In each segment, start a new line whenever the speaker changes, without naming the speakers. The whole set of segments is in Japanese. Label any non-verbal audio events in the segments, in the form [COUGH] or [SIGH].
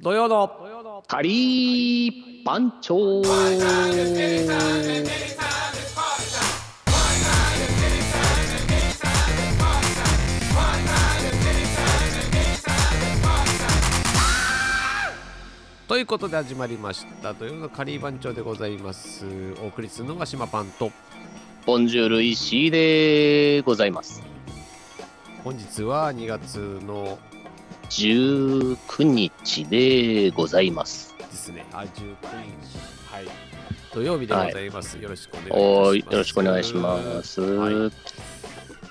土曜の
カリー番長
ということで始まりました土曜のカリー番長でございますお送りするのが島パンと
ボンジュール石井でございます
本日は2月の
19日でございます
ですねあ19日はい土曜日でございます、よろしくお
お
願
ー
いし
い
ます
よろしくお願いします、、
はい
や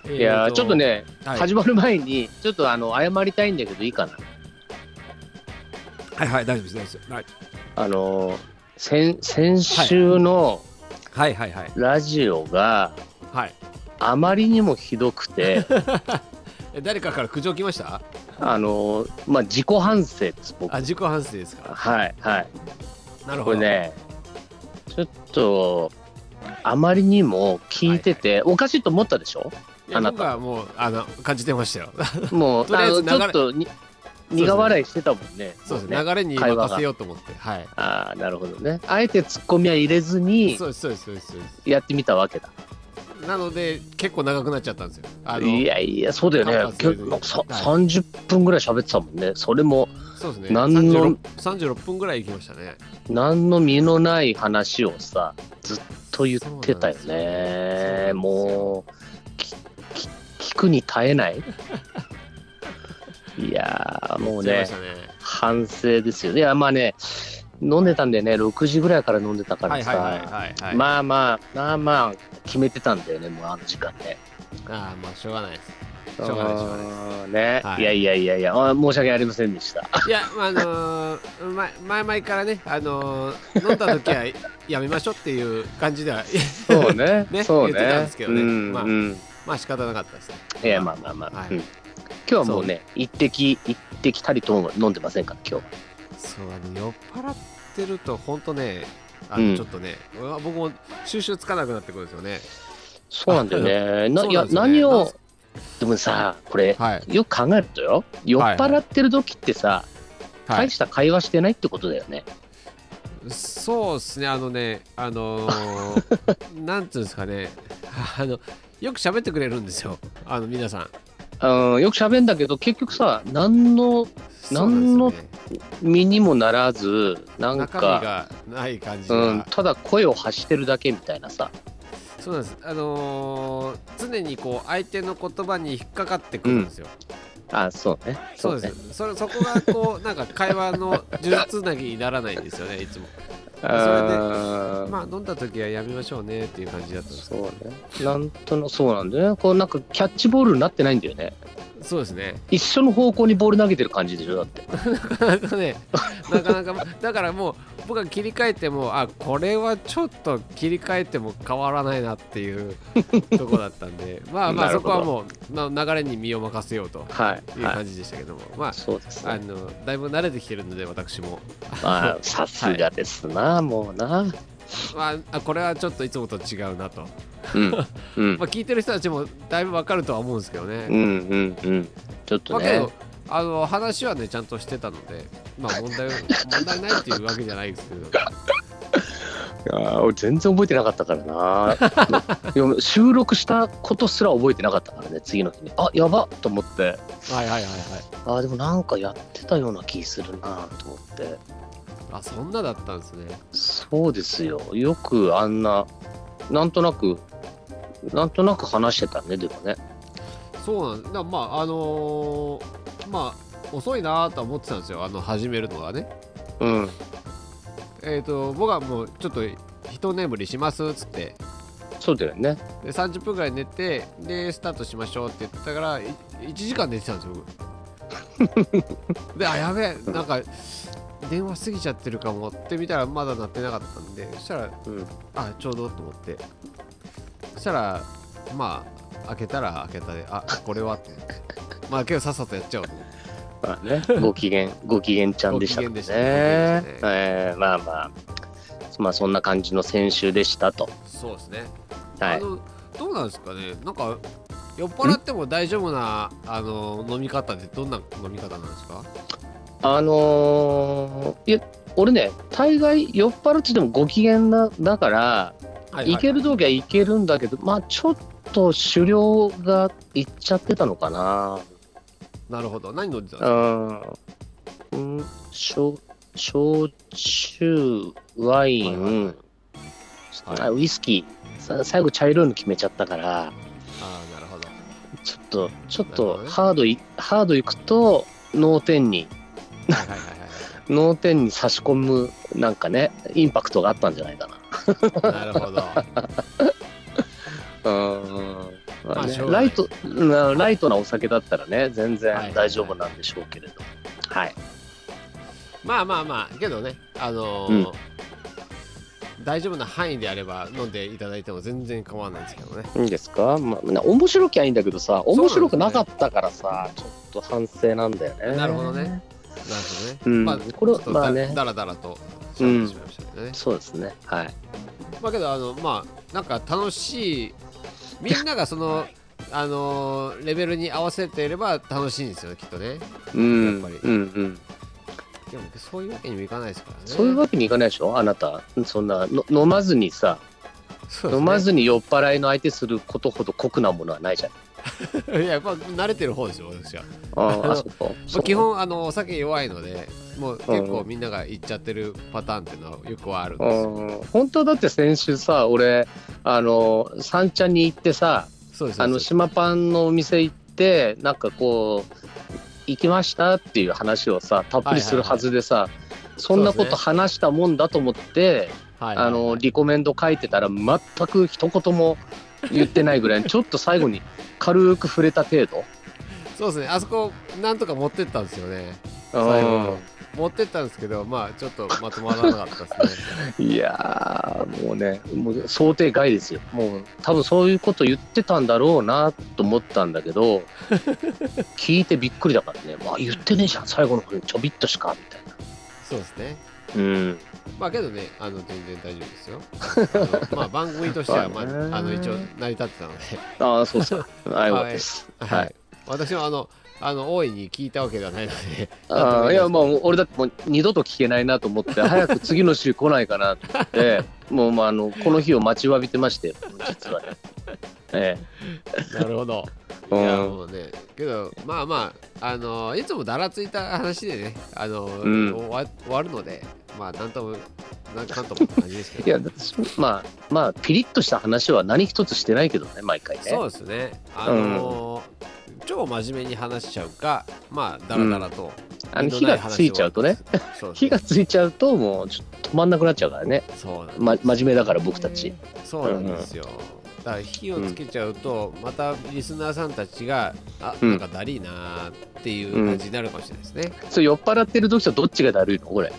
え
ー
ー
ちょっとね、
はい
始まる前にちょっとあの謝りたいんだけどいいかな
はいはい大丈夫です大丈夫ですはい
あのー先先週の
はいはいはい
ラジオが
はい
あまりにもひどくて、
え誰かから苦情来ました
あのーまあ自己反省です僕
あ
はい
自己反省ですか
はい
なるほど
これねちょっとあまりにも聞いてて、おかしいと思ったでしょ
いや
あなた
僕はもうあの感じてましたよ [LAUGHS]
もう
とりあえず
あ
流
の
れ
ちょっとに
ね
苦笑いしてたもんね
そうです
も
ね流れに
会話
任
が
せようと思ってはい
ああなるほどねあえてツッコミは入れずに
そうですそうですそうですそうです
やってみたわけだ
なので結構長くなっちゃったんですよあの
いやいやそうだよ
間
ね
髪入れず
結構
に
なんかさ、
はい
30分ぐらい喋ってたもんねそれも
そうですね
何の
36 36分ぐらい行きましたね
何の身のない話をさずっと言ってたよ
そうなんです
ね
よ
もうきき聞くに耐えない
[LAUGHS]
いやーもう
行っ
ね
ちゃいましたね
反省ですよねいやまあね飲んでたんでね6時ぐらいから飲んでたか
は
ら
い
さ、
はいはいはいはい
まあまあまあまあ決めてたんだよねもうあの時間ね
ああまあしょうがないですしょうがないしょうがない
いね、
はい
い、やいやいやいやあ申し訳ありませんでした
いやまああのー、 [LAUGHS] ま前々からねあのー、飲んだ時はやめましょうっていう感じでは [LAUGHS]
そう [LAUGHS] ね
ね
そうね
言ってたんですけどね
うん
まあ
うん
まあ仕方なかったですね
いやまあまあまあ、
はい
うん今日はもうね一滴一滴たりとも飲んでませんから今日は
そうあの酔っ払ってると本当ねあ
う
の
ん
ちょっとね、うわ僕も収集つかなくなってくるんですよね
そうなんだよねな
そう
い
なん
や
ですよね
何
なん
を
す
でもさこれ
はい
よく考えるとよ酔っ払ってる時ってさ、
はい
大した会話してないってことだよね、
そうですねあのねあの
[LAUGHS]
ー、なんていうんですかねあのよく喋ってくれるんですよあの皆さん
うん、よく喋んだけど結局さ何の
そうなんですよね
身にもならずなん
中身
か
がない感じが、
うん、ただ声を発してるだけみたいなさ
そうなんですあのー、常にこう相手の言葉に引っかかってくるんですよ、
あそうね
そうですそれそこがこうなんか会話の呪術つなぎにならないんですよねいつも
それ
うんまあ飲んだ時はやめましょうねっていう感じだったんです
そうねなんとのそうなんだよねこうなんかキャッチボールになってないんだよね
そうですね
一緒の方向にボール投げてる感じでしょだって
なかなかねなかなかだからもう僕は切り替えてもあこれはちょっと切り替えても変わらないなっていうとこだったん
[LAUGHS]
でまあまあ
な
そ
るほ
こ
ど
はもう、まあ、流れに身を任せようと
はいいうは
感じでしたけども、まあ
いそうです
あ
ね
のだいぶ慣れてきてるので私も、
まあさすがですな、もうな
まああ、これはちょっといつもと違うなと、
うんうん
まあ、聞いてる人たちもだいぶわかるとは思うんですけどね、
うんうんうんちょ
ま
っと
あ、け
ね
どあの話はねちゃんとしてたので、まあ、問題問題ないっていうわけじゃないです
[LAUGHS]
けど
いやー俺全然覚えてなかったからない [LAUGHS] や収録したことすら覚えてなかったからね次の日にあやばっと思って
はいはいはいはい
あーでもなんかやってたような気するなと思って
あそんなだったんですね
そうですよよくあんななんとなくなんとなく話してたねでもね
そうなんですだからまああのーまあ遅いなとは思ってたんですよあの始めるのがね
うん
えっ、と僕はもうちょっと一眠りしますっつって
そうだよね
で30分ぐらい寝てでスタートしましょうって言ったからい1時間寝てたんですよ僕であやべえなんか電話過ぎちゃってるかもって見たらまだ鳴ってなかったんでそしたら
うん
あちょうどと思ってそしたらまあ開けたら開けたであこれはってまあけどさっさとやっちゃおうと思って
まあねご機
[LAUGHS]
嫌ご機嫌ちゃんでしたから
ご機嫌で
ね
したご機嫌でした
えーまあまあまあそんな感じの先週でしたと
そうですね、
は
あ
い
のどうなんですかねなんか酔っ払っても大丈夫なあの飲み方ってどんな飲み方なんですか
あのーいや俺ね大概酔っ払っててもご機嫌なだから、
はい
いける時はいけるんだけどまあちょっと狩猟がいっちゃってたのかな
なるほど何飲んでたんですか
うんうん焼焼酎ワイン、
はいはいはい
あウイスキーさ最後茶色いの決めちゃったから
ああなるほど
ちょっとちょっ
なるほ
と
どね
ハードい、ハードいくと脳天に
はいはいはいはい
脳天に差し込むなんかねインパクトがあったんじゃないかな [LAUGHS]
なるほど。
うん、まあ
まあ
ね
しょうがな
ラ
い
イトなライトなお酒だったらね全
はいはいは
然
い
大丈夫なんでしょうけれどはい、
まあまあまあ、けどね、あのー大丈夫な範囲であれば飲んでいただいても全然構わないんですけどね。
い、いですか、まあ、な面白きゃいいんだけどさ面白く
そうな
なん
です
か
よ
ったからさ、ちょっと反省なんだよね
なるほどねなるほどね。
うん
まあ、
これ
ちょっと
まあ
だ
ね
だらだらと喋ってしまいましたけどね。
そうですねはい
まあけど、あの、まあ、なんか楽しい、みんながその、あのーレベルに合わせていれば楽しいんですよね、きっとね。
うん
やっぱり
うんうん
でもそういうわけにもいかないですからね。
そういうわけにいかないでしょあなたそんなの飲まずにさ、
そうですね
飲まずに酔っ払いの相手することほど酷なものはないじゃん
いや、まあ、慣れてる方ですよ、私は。
あー
あの
あそっか
ま
そ
あ、
う
基本あのお酒弱いのでもう結
う
構
ん
みんなが行っちゃってるパターンっていうのはよくはあるんですよ、
うん本当はだって先週さ俺あの三茶に行ってさ
そうです
あの島パンのお店行ってなんかこう行きましたっていう話をさたっぷりするはずでさ、そんなこと話したもんだと思って、
はい
あのリコメンド書いてたら全く一言も言ってないぐらいちょっと最後に軽く触れた程度。
そうですねあそこなんとか持ってったんですよね最後
う
の持ってったんですけどまあちょっとまとまらなかったです
[LAUGHS]
ね
んいやーもうねもう想定外ですよもう多分そういうこと言ってたんだろうなと思ったんだけ [LAUGHS] ど聞いてびっくりだからね、まあ、言ってねえじゃん最後のこれちょびっとしかみたいな。
そうですね
うん
まあけどねあの全然大丈夫です
[LAUGHS]
よあのまあ番組としては、まあ
そうだね、
あの一応成り立ってたので、
ああ、そうですか。あよかったです。
は
[LAUGHS] はいい。
私もあのあの大いに聞いたわけではないの
[LAUGHS]
で
ああいや、まあ、俺だってもう二度と聞けないなと思って、早く次の週来ないかなと思 [LAUGHS] って、もう、まあ、あの、この日を待ちわびてまして、実 [LAUGHS] はね。え
なるほど。い
うん
やもうね、けどまあまああのいつもだらついた話でねあの、
ん
終わ終わるのでまあなんともなんかんともって感じですけ
えい
ど。
や、だってまあ、まあ、ピリッとした話は何一つしてないけどね、毎回ね。
そうですね。あの超真面目に話しちゃうかまあだらだらと、
あの、火がついちゃうとね、。
そうです
火
ね
がついちゃうと、もう、ちょっと止まんなくなっちゃうからね。
そうなんです
ま、真面目だから、僕たち。
そうなんですよ。だから火をつけちゃうと、またリスナーさんたちがあ
うん
なんかだりーなーっていう感じになるかもしれないですね。
そう、酔っ払ってる時とどっちがだるいのこれ。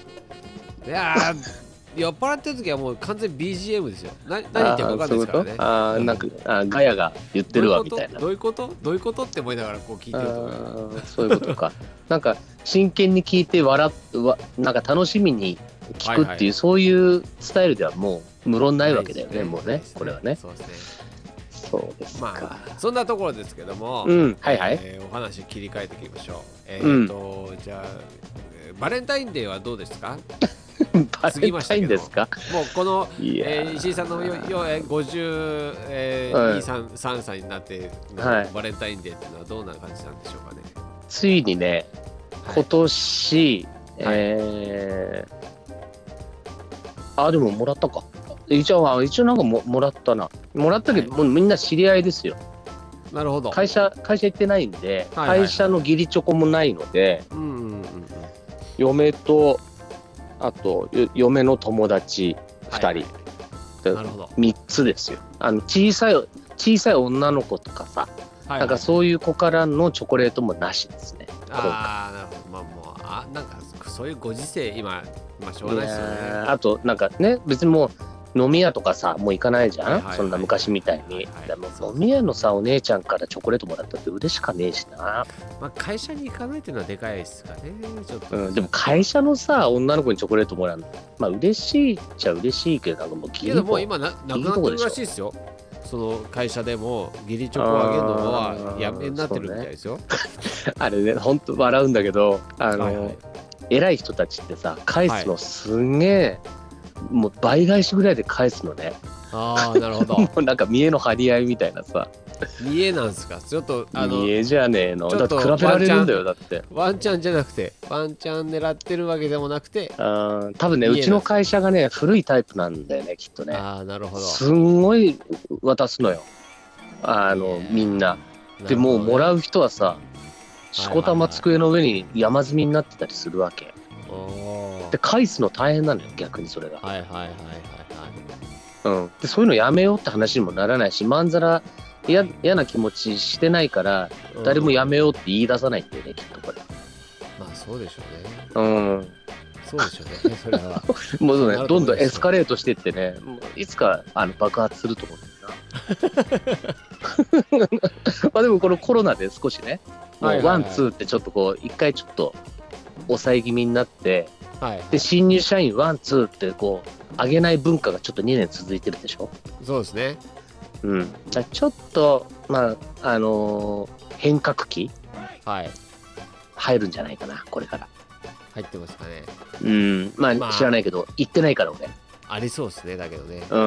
いやー [LAUGHS] 酔っ払ってる時はもう完全 BGM ですよ。な何言ってるか分かんないですからね。
あーそういうことあー、なんか、あーガヤが言ってるわ、みたいな。
どういうことどういうことどういうことって思いながらこう聞いてると思います
あーそういうことかなんか真剣に聞いて笑っわなんか楽しみに聞く
は
っていう、
いはい
そういうスタイルではもう無論ないわけだよね
です
もう
ない
ね
です
これはね
そうですね。
そうですか、
まあそんなところですけども、
うんはいはい、
えーお話切り替えていきましょう。え
う
ー
ん
っと、じゃあ、えーバレンタインデーはどうですか
バレンタインですか
もうこの、
いや
え
ー
ー石井さんのよよえー50、えー
はい
23 3歳になって、
はい
バレンタインデーっていうのはどんな感じなんでしょうかね。
ついにね
はい
今年、
はい
えーあでももらったか一応あ一応なんかももらったなもらったけど、もうみんな知り合いですよ
なるほど。
会社会社行ってないんで、
はいはいはい
会社の義理チョコもないので、
うんうんうんうん。
嫁とあとよ嫁の友達2人、で
なるほど。
三3つですよあの小さい小さい女の子とかさ、
はい
なんかそういう子からのチョコレートもなしですね
ああ、なるほど。まあもう、あなんかそういうご時世、今、まあしょうがないですよ
い
ね
や。ーあとなんかね別にもう飲み屋とかさもう行かないじゃん、
はいはいはい
そんな昔みたいに、
はいはい
でも飲み屋のさお姉ちゃんからチョコレートもらったって嬉しかねえしな、
まあ会社に行かないっていうのはでかいですかね。ちょっと。
うん、でも会社のさ女の子にチョコレートもらうのまあ嬉しいっちゃ嬉しいけどなんかもう義
け
理
ど
も
もう
[LAUGHS]
今な、なくなってるらしいですよ。その会社でも、義理チョコをあげるのはやめになってるみたいですよ。
あれね、本当笑うんだけど、あの、
はいはい
偉い人たちってさ返すのすんげえ、もう倍返しぐらいで返すのね [LAUGHS]
ああなるほど
もうなんか見栄の張り合いみたいなさ
見えなんですかちょっとあの
見栄じゃねえの
ちょ
だ
っ
って
と
比べられるんだよだって
ワンチャンじゃなくてワンチャン狙ってるわけでもなくて、
あー多分ね
見栄
う
です
ちの会社がね古いタイプなんだよねきっとね
ああなるほど
すんごい渡すのよあのみんなでもうも
う
らう人はさ
いはい
しこたま机の上に山積みになってたりするわけで返すの大変なのよ逆にそれが、
はいはいはいはいはい
うん、でそういうのやめようって話にもならないしまんざら嫌嫌な気持ちしてないから
うん
誰もやめようって言い出さないんだよねきっとこれ
まあそうでしょうね
うん
そうでしょう
[LAUGHS]
ねそれは
もう
な
ね
る
ど
ほど
んどんエスカレートしてってねもういつかあの爆発すると思うんだよな
[LAUGHS]
まあでもこのコロナで少しねも
はいは
う
いはい
ワンツーってちょっとこう一回ちょっと抑え気味になって
はい
で新入社員ワンツーってこう上げない文化がちょっと2年続いてるでしょ、
そうですね
うん、だからちょっとまああのー変革期
はい
入るんじゃないかなこれから
入ってますかね
うんまあ、
まあ
知らないけど行ってないから俺
ありそうですねだけどね
う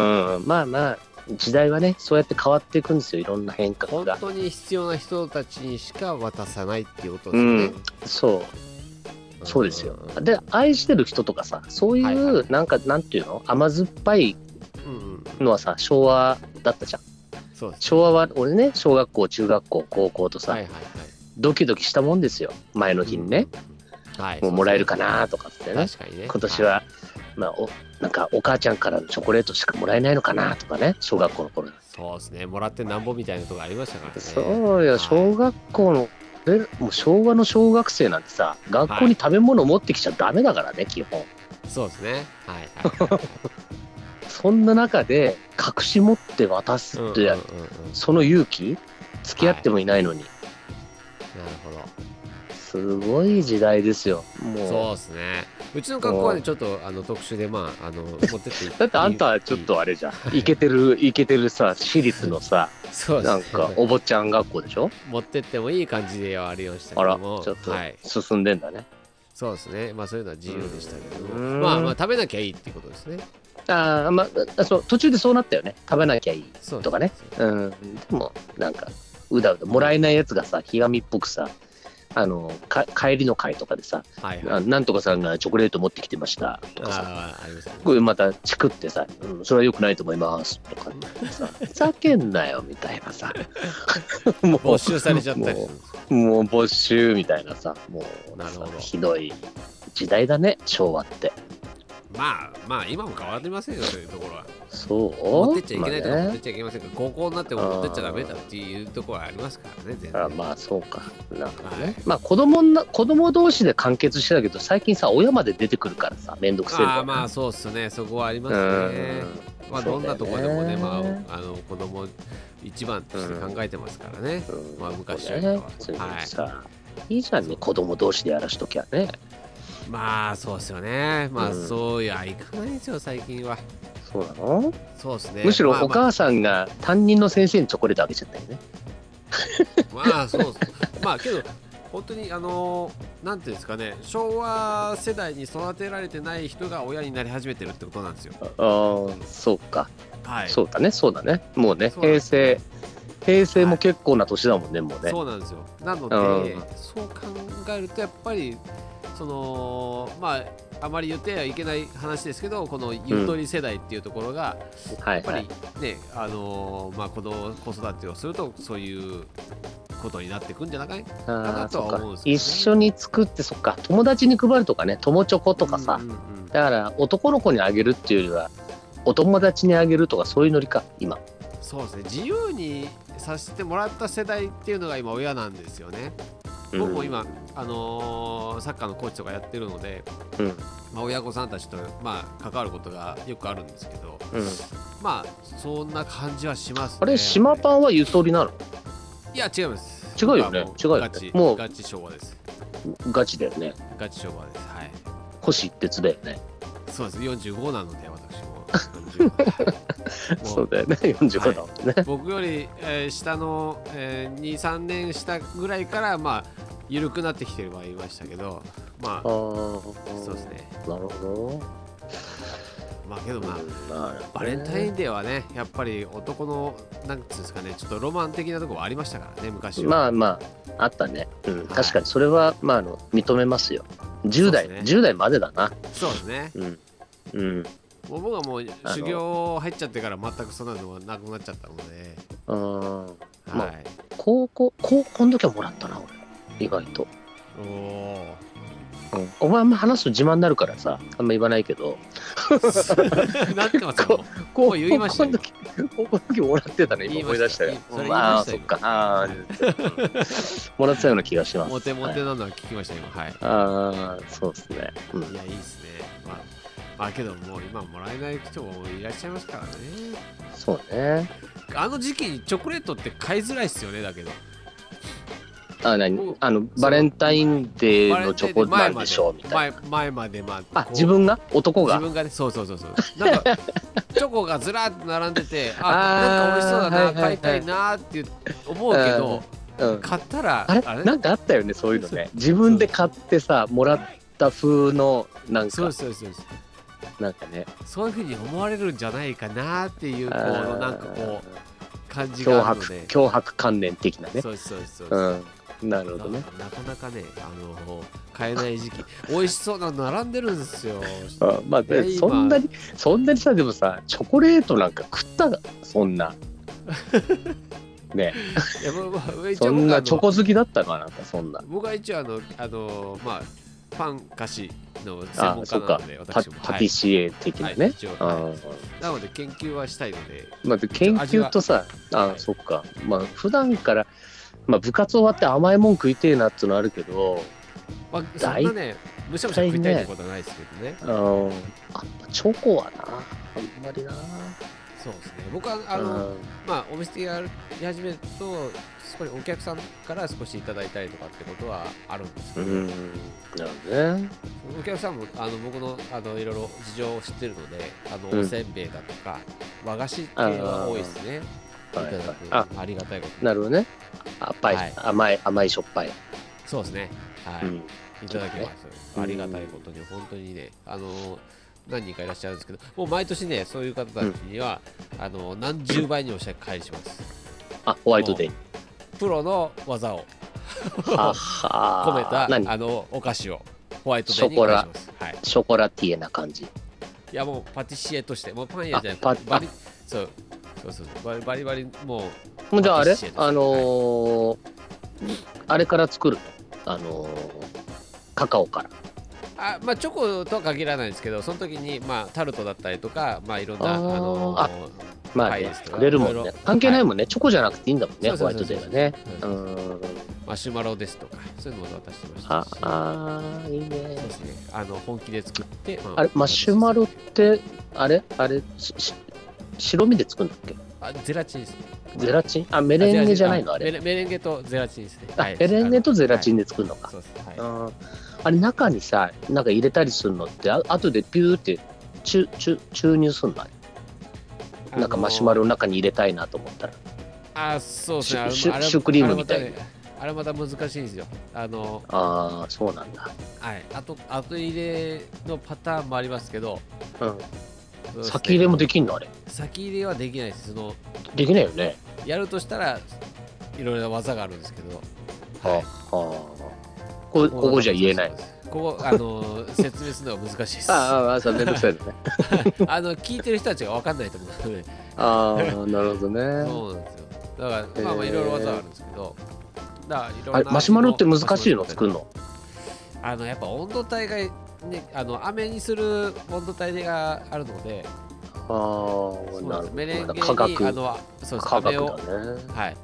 んまあまあ時代はねそうやって変わっていくんですよいろんな変革
本
が
当に必要な人たちにしか渡さないっていうことで
う
すよね、
んそうそうですよ
うん
で愛してる人とかさそうい
はいは
うなんかなんていうの甘酸っぱい
うんうん
のはさ昭和だったじゃん
そうです
昭和は俺ね小学校中学校高校とさ、
はいはいはい
ドキドキしたもんですよ前の日にね、
はい
もうもらえるかなとかっ
そ
て
うで
ね
すね確かにね
今年は、まあ、おなんかお母ちゃんからのチョコレートしかもらえないのかなとかね小学校の頃
そうですねもらってなんぼみたいなとこありましたからね
そうよ、
はい
小学校の、えもう昭和の小学生なんてさ、学校に食べ物持ってきちゃダメだからね、基本。
そうですねはいはいはい
そんな中で、隠し持って渡 [LAUGHS] すって、
うんうんうんうん
その勇気、付き合ってもいないのに、
なるほど
すごい時代ですよ、
そう
もう。
ですねうちの学校は
う
ね
ん
ちょっとあの特殊でまああの持ってってい
だってあんたはちょっとあれじゃん、いけてる、いけてるさ、私立のさ、
[LAUGHS] そうです
な
ね
んか、お坊ちゃん学校でしょ
[LAUGHS] 持ってってもいい感じではありましたけ
あ
ど
ら、ち
も
ょっと
はい
進んでんだね。
そうですねまあそういうのは自由でしたけど
う
も
ん
まあまあ食べなきゃいいっていうことですね
ああ、まあ、そう、途中でそうなったよね。食べなきゃいい。
そう
とかね
そう
うん、でもなんかうだうだもらえないやつがさひがみっぽくさあのか帰りの会とかでさ
はいはい
あなんとかさんがチョコレート持ってきてましたとかさ
あーありましたね
これまたチクってさ、うん、それは良くないと思いますとか
[LAUGHS]
さふざけんなよみたいなさも
没収されちゃったりするんですよ
うもう没収みたいなさもう
なるほど
さひどい時代だね昭和って
まあまあ今も変わりませんよそういうところは
そう
持ってっちゃいけないとか
まあ
持って
ね
っちゃいけませんけど高校になっても持ってっちゃダメだっていうところはありますからね全然
あまあそうかなんか
はい
ねまあ子供な子供同士で完結してたけど最近さ親まで出てくるからさ面倒くせえんだ
あ
よ
ーま
な
あそうっすねそこはありま
う
すね
ん
まあ
そ
ど
うんだよ
なとこでもねま
ね
ああの子供一番として考えてますからね
うん
まあ昔
そ
よ
う
り
だ
か
よ
は
ねそういうのにさいいじゃんね子供同士でやらしときゃね
まあそうっすよねまあ
うん
そういやいかないんですよ最近は
そうなの
そうっすね
むしろ
まあ
お母さんが担任の先生にチョコレートあげちゃったよね
まあまあそうっすまあけど本当にあのなんていうんですかね昭和世代に育てられてない人が親になり始めてるってことなんですよ
ああそうか
はい
そうだねそうだねもうね
そうなん
平
です
成平成も結構な年だもんねもうね
そうなんですよなので
うん
そう考えるとやっぱりそのまああまり言ってはいけない話ですけどこのゆとり世代っていうところが、
はいは
やっ
い
ぱりね、あのーまあ子供子育てをするとそういうことになってくんじゃないか
あー
と
そ
は
う
思
か
うんですけどね
一緒に作ってそっか友達に配るとかね友チョコとか
う
さ、
んうんうん
だから男の子にあげるっていうよりはお友達にあげるとかそういうノリか今
そうですね自由にさせてもらった世代っていうのが今親なんですよね僕も今、あのーサッカーのコーチとかやってるので、
うん
まあ、親御さんたちと、まあ、関わることがよくあるんですけど、
うん
まあそんな感じはしますね。
あれ島パンはゆとりなの
いや違います。
違うよね
あも
違うよね
ガチ
もう
ガチ昭和です。
ガチだよね
ガチ昭和です。はい。
星一徹だよね
そうです。45なので私
[LAUGHS]
も。45もう
そうだよね45だもん [LAUGHS] ね、
僕より、えー下の、えー、2、3年下ぐらいからまあ緩くなってきてはいましたけどま
あ
あ
ー
そうですね
なるほ
まあけど
ど、
まあ
なるほどね
バレンタインデーはねやっぱり男のなんつうんですかねちょっとロマン的なところはありましたからね昔は、
まあまああったね、うん、確かにそれは、まあ、あの認めますよ10代、
そうです
10代までだな
そうですね
うん、うん、
もう僕はもう修行入っちゃってから全くそんなのはなくなっちゃったので、
あーまあ
はい
高校高校の時はもらったな俺意外と、
おお
うん、お前あんま話すと自慢になるからさあんま言わないけど
ー [LAUGHS] なってますよも
こ
もう言いましたよ
高校の時高校の時もらってたね
言い
今
ま
思い
した
出したよ
それ言い
あ
ま
あ
した
そっ
よ
か
[LAUGHS]
あーもらってたような気がしま
う
す
モテモテ
はい
なのは聞きました今はい
ああそうですね、うん
いやいいですねまあまあけどもう今もらえない人もいらっしゃいますからね
そうね
あの時期にチョコレートって買いづらいっすよねだけど
あ
お
何あのバレンタインデ
バ
ー
レン
の
タ
チ
イン
ョ
デー
コ
前
なん
ま
でしょうみたい
前
な
前までま
あ
こう
自分が男
自
が
分がねそうそうそうそうなん
[LAUGHS]
かチョコがずらっと並んでてあなんか
あー
美味しそうだな、
はいはいはい
買いたいなって思うけど
うん
買ったら
あれ
あれ
なんかあったよねそういうのね自分で買ってさもらった風のなん
そう
か
そうそうそう
なんかね
そういうふうに思われるんじゃないかなっていうこう
あー
なんかこう感じ
脅
があるの
迫
で
脅迫観念的なね
そうそうそう
うんなるほどね
なかなかねあの買えない時期美味しそうなの並んでるんですよ
あまあ
いや
でそんなにそんなにさでもさチョコレートなんか食ったらそん
[LAUGHS]
なね
いや、まあまあ、一
そ
応
ん
僕あ
な
の
チョコ好きだったのはなんかそんな
僕は一応あのあのまあパン菓子の専門家なので
パ
私も
パティシエ的な
はい、
ね
一応、
あ
はいなので研究はしたいので
まあ、で研究とさ
味は
あ、
はい
そっかまあ普段から、まあ、部活終わって甘いもん食いてえなっていうのあるけど
まあ、そんなねむしゃむしゃ食いたいってことはないですけどね
あのあチョコはなあんまりな
そうですね僕はあの、
うん
まあお店やり始めると少しお客さんから少しいただいたりとかってことはあるんですけ
う
ど、
んなるほどね
お客さんもあの僕のあのいろいろ事情を知ってるのであの、
うん
おせんべいだとか和菓子っていうのは多いですねいた
は
だ
いはい
くあ
あ
りがたいこと
なるほどねあ甘い、
はい
甘い甘いしょっぱい、
そうですねはい、
うん
いただきます、
うん
ありがたいことに本当にねあの何人かいらっしゃるんですけどもう毎年ねそういう方たちには、あの何十倍にもして返します
あホワイト
[LAUGHS]
デー
プロの技を
は
込
は
めた
何
あのお菓子をホワイトデーに返します、はい、
ショコラティエな感じ
いやもうパティシエとしてもうパン屋じゃな
あパ
くてバリそうそうそうバリバリバリもう
もうじゃああれ
パティシエです
あのーあれから作るあのーカカオから
あまあチョコとは限らないですけどその時にまあタルトだったりとかまあいろんなあ
あー
の
あまあ
パイ
ね
です、とか
くれるも
いろ
ん
いろ
ね。関係ないもんね、チョコじゃなくていいんだもん
そ
ね、
う
ホ
そう
ワイ
そう
ト
そう
デーはね。う
うん
ーん。
マシュマロですとかそういうのを渡してまし
あ
たし
あー、いいね
そう。ですねあの本気で作って、ま
あれ、マシュマロって、あれあれ、しし白身で作るんだっけ
あゼラチンです
ゼラチンあ、メレンゲじゃないのあ
メ
れ。
レメレンゲとゼラチンですね
あ、
はい
メレンゲとゼラチン
で
で作るのか。
そうです、はい
うんあれ、中にさ、なんか入れたりするのって、あ後でピューって注注注入すんのあれ
あの
なんかマシュマロの中に入れたいなと思ったら。
あそうですねあれも
シュシュ
あれも
シュークリームみたいに
あれまたねあれまた難しいんですよあの
ああ、そうなんだ。
はいあと後入れのパターンもありますけど
うん。
そうですね
先入れもできんのあれ。
先入れはできないですその
できないよね。
やるとしたらいろいろな技があるんですけど
ああこここじゃ言えない。
ここあ
[LAUGHS]
のー説明するのが難しいですあ
ああ、そうめんどくさいのね。
の聞いてる人たちが分かんないと思うので
ああ、
[LAUGHS]
なるほどね。
そうなんですよだからまあまあ
へー
いろいろ技があるんですけどだからいろんな
あれマシュマロって難しいの
マシュ
作
マロ
るの。
ってあのやっぱ温度帯がねあの飴にする温度帯があるので
あ
そ
あ、
う
な
なんで
る
す
ほ
メレン
ど。
ゲ
科
にあ
学、
のそうです
科
飴を
学だね。
はい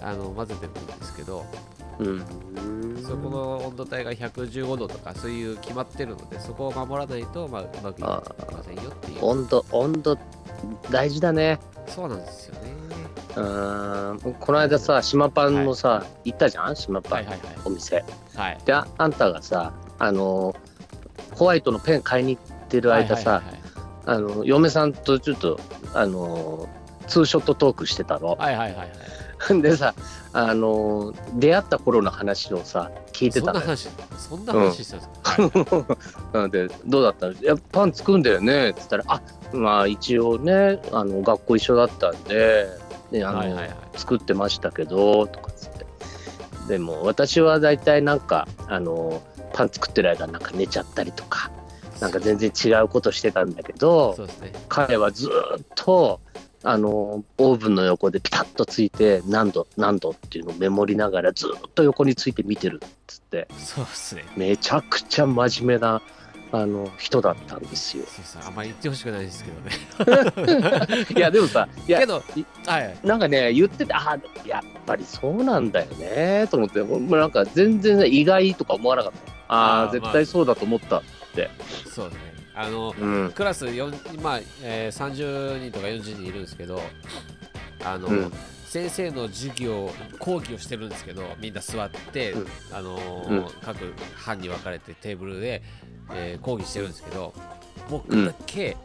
あの混ぜてるんですけど
うん。
そこの温度帯が115度とかそういう決まってるのでそこを守らないと、まあ、うまくいきませんよっていう
温度、温度、大事だね。
そうなんですよね
うーん。この間さ、島パンのさ、行ったじゃん島パ
はい
ン
はい
お店。
はいはい
で、ああんたがさ、あの、ホワイトのペン買いに行ってる間さ、あの嫁さんとちょっとあのーツーショットトークしてたの
はいはいはいはいはいはいはい
[LAUGHS] でさあの出会った頃の話をさ聞いて
そん
た
な
のよ
話そんな話してたんですか、はい
なので [LAUGHS] 「どうだったのいやパン作るんだよね」っつったら「あまあ一応ねあの学校一緒だったんで、ねあの
はいはいはい
作ってましたけど」とかっつってでも私は大体なんかあのパン作ってる間なんか寝ちゃったりとかなんか全然違うことしてたんだけど
そうですね
彼はずーっとあのオーブンの横でピタッとついて何度何度っていうのをメモりながらずーっと横について見てるっつって
そうですね。
めちゃくちゃ真面目なあの人だったんですよ
そうですねあんまり言ってほしくないですけどね
[LAUGHS] いやでもさいや
けど
い
はいはい
なんかね言っててああやっぱりそうなんだよねと思ってもうなんか全然ね意外とか思わなかったあ
あー
あ絶対そうだと思っ
そ
た、
うですねあの
うん
クラス4まあ、えー30人とか40人いるんですけどあの、
うん
先生の授業講義をしてるんですけどみんな座って、
うん
あのー各班に分かれてテーブルで、えー講義してるんですけど僕だけ、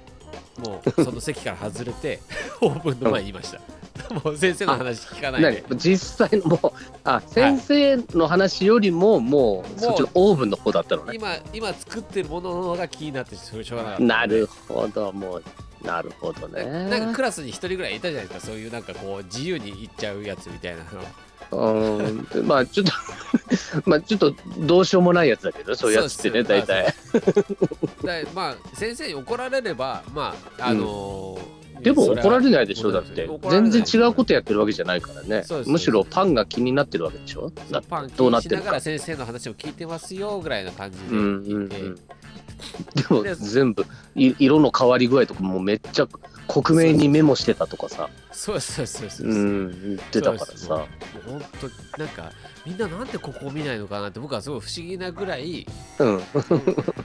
もうその席から外れて [LAUGHS] オープンの前にいました、 [LAUGHS] もう先生の話聞かない
何
で
実際のもうあ先生の話よりももうそっちのオーブンの方だったのね
今今作ってるものの方が気になってしょうがなかった
なるほどもうなるほどね
なんかクラスに一人ぐらいいたじゃないですかそういうなんかこう自由に行っちゃうやつみたいなの
うーんまあちょっとまあちょっと [LAUGHS] どうしようもないやつだけどそういうやつってね
そう
大
っすよ
体。
だまあ先生に怒られればまああのー
でも
そは
怒られないでしょ、だっ
怒
て
られ。ない
全然違うことやってるわけじゃないからね
そうで。す
むしろパンが気になってるわけでしょ。だって
パン
どう
気に
なっ
してな
る
がら
か。
先生の話を聞いてますよぐらいの感じで
うんうんう
聞い
ん。
て、
でも全部い色の変わり具合とかもうめっちゃ克明にメモしてたとかさ、
そうですそうですそうです、もう
う、
ん
言ってたから
そう
さ。
本当なんかみんななんでここを見ないのかなって僕はすごい不思議なぐらい
うん。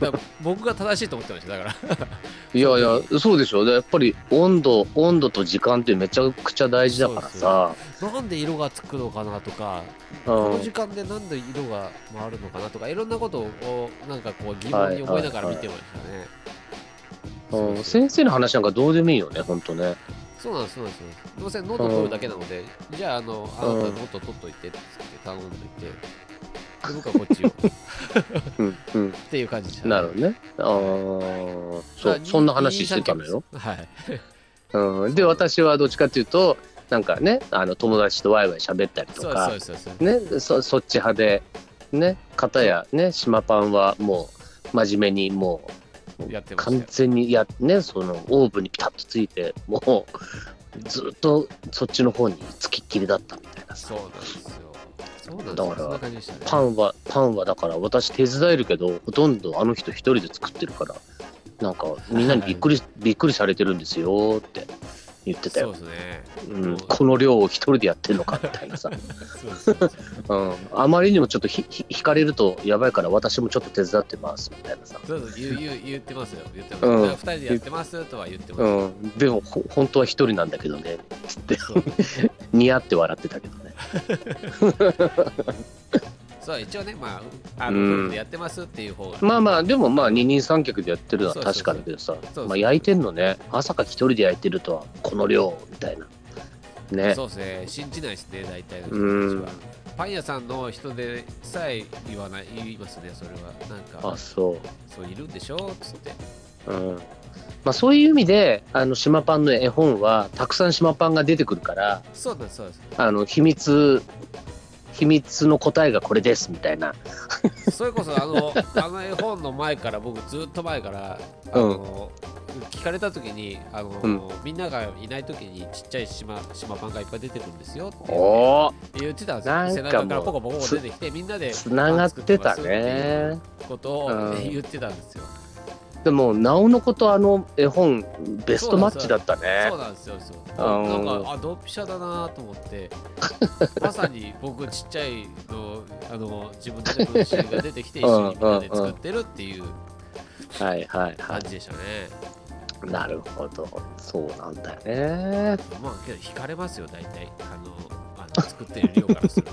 だから僕が正しいと思ってましただから
いやいや、そうでしょ。でやっぱり温度、温度と時間ってめちゃくちゃ大事だからさ。
なんで色がつくのかなとか
う
この
ん
時間でなんで色が回るのかなとかいろんなことをなんかこう疑問に思いながら見てましたね、
うん。先生の話なんかどうでもいいよね、ほんとね。
そうなんです、そうなんです。どうせノート取るだけなので、じゃあ、あの、あなたノート取っといてって言って頼んでいて、で僕はこっちをっ
うんうん。
ていう感じでした、
なるほどね。あーそうそんな話してたのよ。。
はい。
うん、で私はどっちかっていうとなんかねあの友達とワイワイ喋ったりと
そうそ
か
うそうそう。
ねそそっち派でね片やね島パンはもう真面目にも
やって
う
ました
完
よ。
全にやねそのオーブンにピタッとついてもうずっとそっちの方につきっきりだったみたいなさ
そうなんですよ。そうなんです
だ
よ
か。ら
そんな感じでしたね。
パンはパンはだから私手伝えるけどほとんどあの人一人で作ってるからなんかみんなにびっくりびっくりされてるんですよって言ってた
そう
よ、
ですね。
うん、この量を一人でやってんのかみたいなさ、
そうそうそう
うん、あまりにもちょっとひひ引かれるとやばいから私もちょっと手伝ってますみたいなさ、
そうそう言う言う言ってますよ。言ってます。
うん
二人でやってますとは言ってます。
うん、でもほ本当は一人なんだけどねつって [LAUGHS]
そう
ニヤって笑ってたけどね
そう一応ね、まあ、あ
うん
の、夫婦でやってますっていう方が。
まあまあでもまあ二人三脚でやってるのは確かだけどさ
そうそうそう
まあ焼いてんのね朝から一人で焼いてるとはこの量みたいなね
そうですね、信じないですね、大体の人
うん
たちは。パン屋さんの人でさえ言わない、言いますね、それは。なん
あ
か、
そ
そういるんでしょっつって。
ううんまあそういう意味であの島パンの絵本はたくさん島パンが出てくるから
そうなんです、そうなんで
あの秘密秘密の答えがこれですみたいな
す。それこそ、あの、
[LAUGHS]
あの絵本の前から、僕ずっと前から、あの、聞かれた時に、あの、
うん
みんながいない時に、ちっちゃい島、島パンがいっぱい出てくるんですよって
おお
言ってたんです
な
よ。
んか
背中から
もう
ポコポコ出てきて、みんなで。
つながってた
作ますっていう
ね
ことを
うん
言ってたんですよ。
でもなおのことあの絵本ベストマッチだったね
そうなんですよ。そう
あ
な
ー
んかあドンピシャだなと思
[LAUGHS]
って、まさに僕ちっちゃいのあの自分たちの分身が出てきて一緒にみんなで作ってるっていう
はいはいは
感じでしたね。
いなるほどそうなんだよね
まあけど惹かれますよ大体あのあの作ってる量からすると。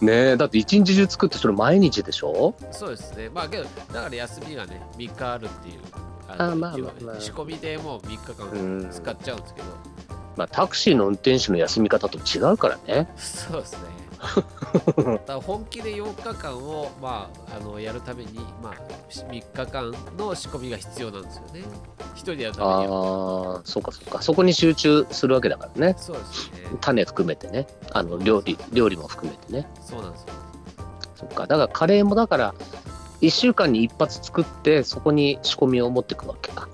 ねえだって一日中作ってそれ毎日でしょ
そうですね。まあけどだから休みがね3日あるっていう。
あまあまあまあ
仕込みでもう3日
うん
間使っちゃうんですけど、
まあ、タクシーの運転手の休み方と違うからね。
そう
[LAUGHS]
ですねだから本気で4日間を、まあ、あのやるために、まあ、3日間の仕込みが必要なんですよね一人でやるためには
ああ、そうかそうか。そこに集中するわけだからね。
そうですね
種含めてね。あの料理、料理も含めてね。
そうなんですよ
そっか。だからカレーもだから、1週間に一発作って、そこに仕込みを持っていくわけか。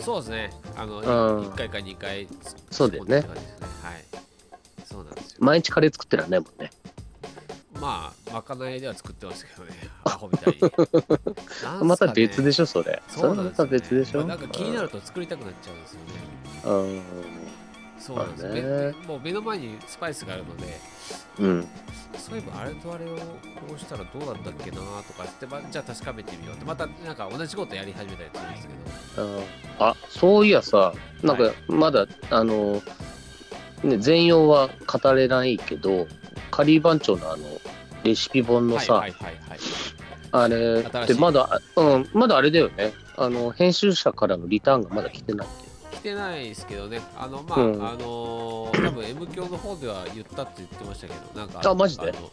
そうですねあの、
うん
1回か2回つ
そうだよね
仕込んでって感じですねはいそうなんですよ
毎日カレー作ってらんないもんね。
まあまかないでは作ってますけどね [LAUGHS] アホみたいになんすかね
また別でしょ、それ。
そうなん
れ
で
ますた
よね
別でしょ。
なんか気になると作りたくなっちゃうんですよね
うん。
そうなんですよ、
まあね
ね、もう目の前にスパイスがあるので
うん。
そういえばあれとあれをこうしたらどうだったっけなとかって、まあ、じゃあ確かめてみようってまたなんか同じことやり始めたりするんですけど
うんあ、そういやさ、なん
は
かまだ、あの、ね、全容は語れないけど、カリー番長のあの、レシピ本のさ、
はいはいはいはい
あれ
新
っ
してい
まだ、うん、まだあれだよね。あの、編集者からのリターンがまだ来てないんだよ。
来てないですけどねあのまあ、
うん
あのー多分 M 教の方では言ったって言ってましたけどなんか
あマジで
の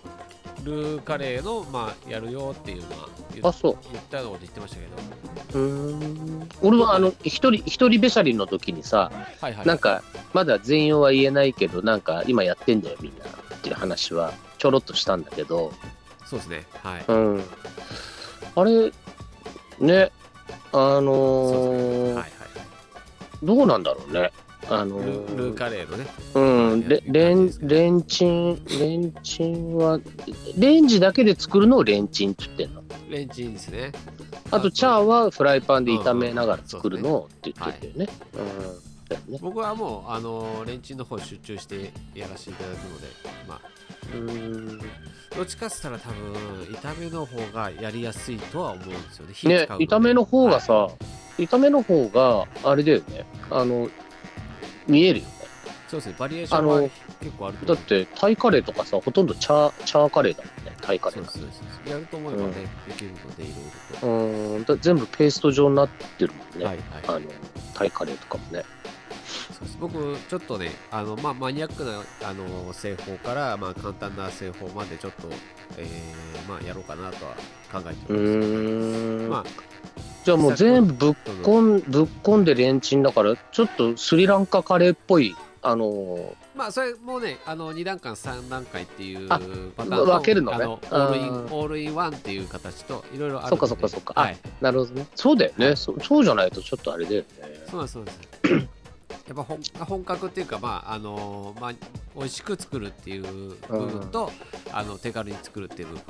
ルーカレーのまあやるよっていうのは言
あ、そう。
言ったようなこと言ってましたけど
うーん。俺はあの、一人、一人べしゃりの時にさ、
はいはい
なんか、まだ全容は言えないけど、なんか、今やってんだよ、みんな。っていう話は、ちょろっとしたんだけど、
そうですねはい
うん。あれ、ね、あ
そうですね
のー
はいはい
どうなんだろうね。あの
ル
ー
ルーカレーのね
うん、レレンレンチン、レンチンは、レンジだけで作るのをレンチンって言ってんの。
レンチンですね
あと、チャーはフライパンで炒めながら作るのをって言ってたよね。うん、だよね。
僕はもうあのレンチンの方集中してやらせていただくのでまあ
うん
どっちかっつったら多分炒めの方がやりやすいとは思うんですよね火
ね、
使うで
炒めの方がさ、
はい
炒めの方が、あれだよね。あの、見えるよね。
そうですねバリエーション
あ
は
の
結構あると
だ
思
っ
う
て、タイカレーとかさ、ほとんどチャー、チャーカレーだもんね、タイカレ
そう
ー
で
が。
すそうですそうですやると思えばね、できるのでいろいろと、
うん、だ全部ペースト状になってるもんね。
はいはい
あの、タイカレーとかもね。
そうです僕ちょっとねあの、まあ、マニアックなあの製法から、まあ、簡単な製法までちょっと、えーまあ、やろうかなとは考えて
う
おります、
ーん。
まあ
じゃあもう全部ぶっこんぶっこんでレンチンだからちょっとスリランカカレーっぽいあの
まあそれもうねあの2段階3段階っていうパ
あ
ターンと
分けるのね
あのオールイン
あー
オールインワンっていう形といろいろある
そ
ので
っかそっかそっか
はい
ーなるほどねそうだよねそそうじゃないとちょっとあれだよね
そうなんですそうなんですやっぱ本本格っていうかまああのまあ美味しく作るっていう部分と、あの手軽に作るっていう部分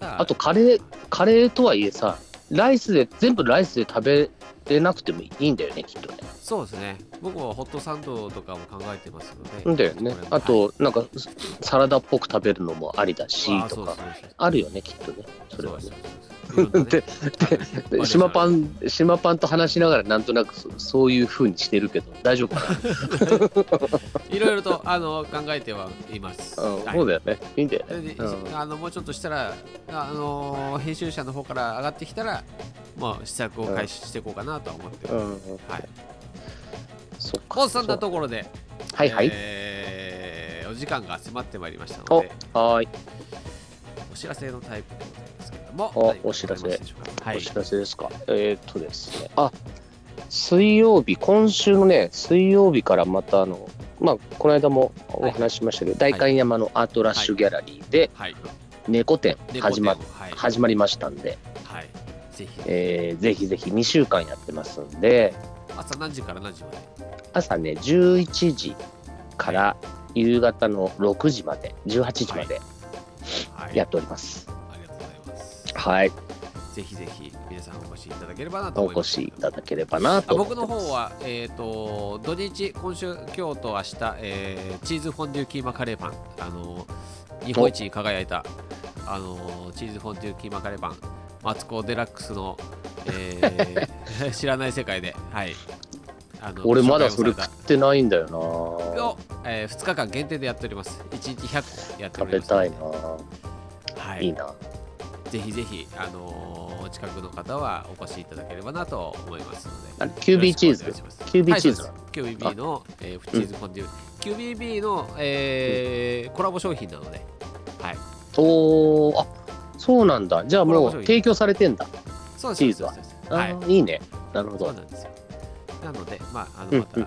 が
あとカレーカレーとはいえさライスで全部ライスで食べれなくてもいいんだよねきっとね
そうですね僕はホットサンドとかも考えてますので
うんだよね
これも
あとなんかサラダっぽく食べるのもありだし
はいあ
と
そうで
か
すそうです
あるよねきっとねそれ
そう
は
ですそう
ね
ですいろんなね
で
あの
[LAUGHS] で島パ
バリエーション
ン島パンと話しながらなんとなくそそういう風にしてるけど大丈夫かな
あるいろいろとあの考えてはいます、
うん
はい
そうだよねいいんだよ
それで、
うん
あのもうちょっとしたら、ああのー編集者の方から上がってきたら、まあ、試作を開始していこうかなとは思ってます。
うん
はい、
そっ
こうさんなところで、
はいはい。
えーお時間が迫ってまいりましたので、
はーい。
お知らせのタイプでございますけれども、
お
何か
お知らせ
ございますでしょうかは
お
い、
知らせですか。えーっとですね。あ、水曜日、今週のね、水曜日からまたあの、まあ、この間もお話ししましたけど、代官山のアートラッシュギャラリーで
はい、
猫展
猫
始ま
手をはい、
始まりましたんで、
はい、ぜひ、
えーぜひぜひ2週間やってますんで、
朝何時から何時まで、
朝ね、11時から夕方の6時まで、18時まで
はい、
やっております。
ありがとうございます。
はい。
ぜひぜひ皆さんお越しいただければなと
お
思い
越
ます。
しいただければな
あ
と思っ
僕
て
の
ます。
方は、えー、と土日、今週、今日と明日、えーチーズフォンデューキーマカレーパン、あの日本一に輝いた、あのチーズフォンデューキーマカレーパン、マツコ・デラックスの、えー [LAUGHS] 知らない世界で、はい、あの
俺まだそれ
紹
食
介
っ
をさ
てないんだよ
れた
な
を、え2日間限定でやっております。1日100個やってお
食
り
べ
ます。
たいな
はい
い
い、
な
ぜひぜひ、あのお近くの方はお越しいただければなと思いますので。
あれキュービーチーズ
よろしくお願いします
キュービーチーズ
はい QBB の、えーフチーズフォンデュ、QBB の、えーコラボ商品なので、はい、
おーあそうなんだじゃあ
これ
も
面
う
白い
提供されてんだ
そうです
チーズは
そうですそうです
あ
はい
ー、いいねなるほ
そう
ど
なんですよ。なので、まあ、あ
うん
のまた、
うん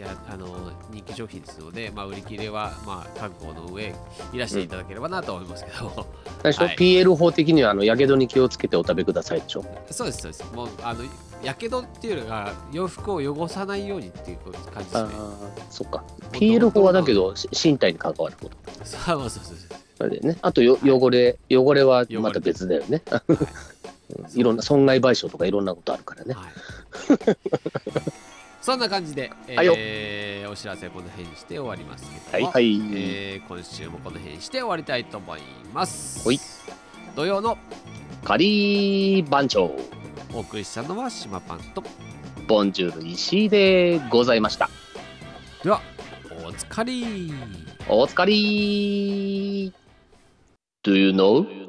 ややあの人気商品ですので、まあ、売り切れは、まあ、覚悟の上、いらしていただければなと思いますけど、
最初、
はい
PL 法的にはあのやけどに気をつけてお食べくださいでしょ
[LAUGHS] そうです、そうです。もう、あの、やけどっていうのが、洋服を汚さないようにっていう感じです
あ
ね。
ーそっか PL 法はだけ
ど。
どし身体に関わること
そうそうそうそう
あれだよねあとよ汚れ汚れはまた別だよね
そう
いろんな損害賠償とかいろんなことあるからね
はい [LAUGHS] そんな感じで、
はいよ
えーお知らせこの辺にして終わりますけど
はい
も、
はい、
えー今週もこの辺にして終わりたいと思います。
ほい
土曜の
仮番長
お送りしたのは島パンと
ボンジュール石井でございました
ではお疲れ
お疲れ Do you know?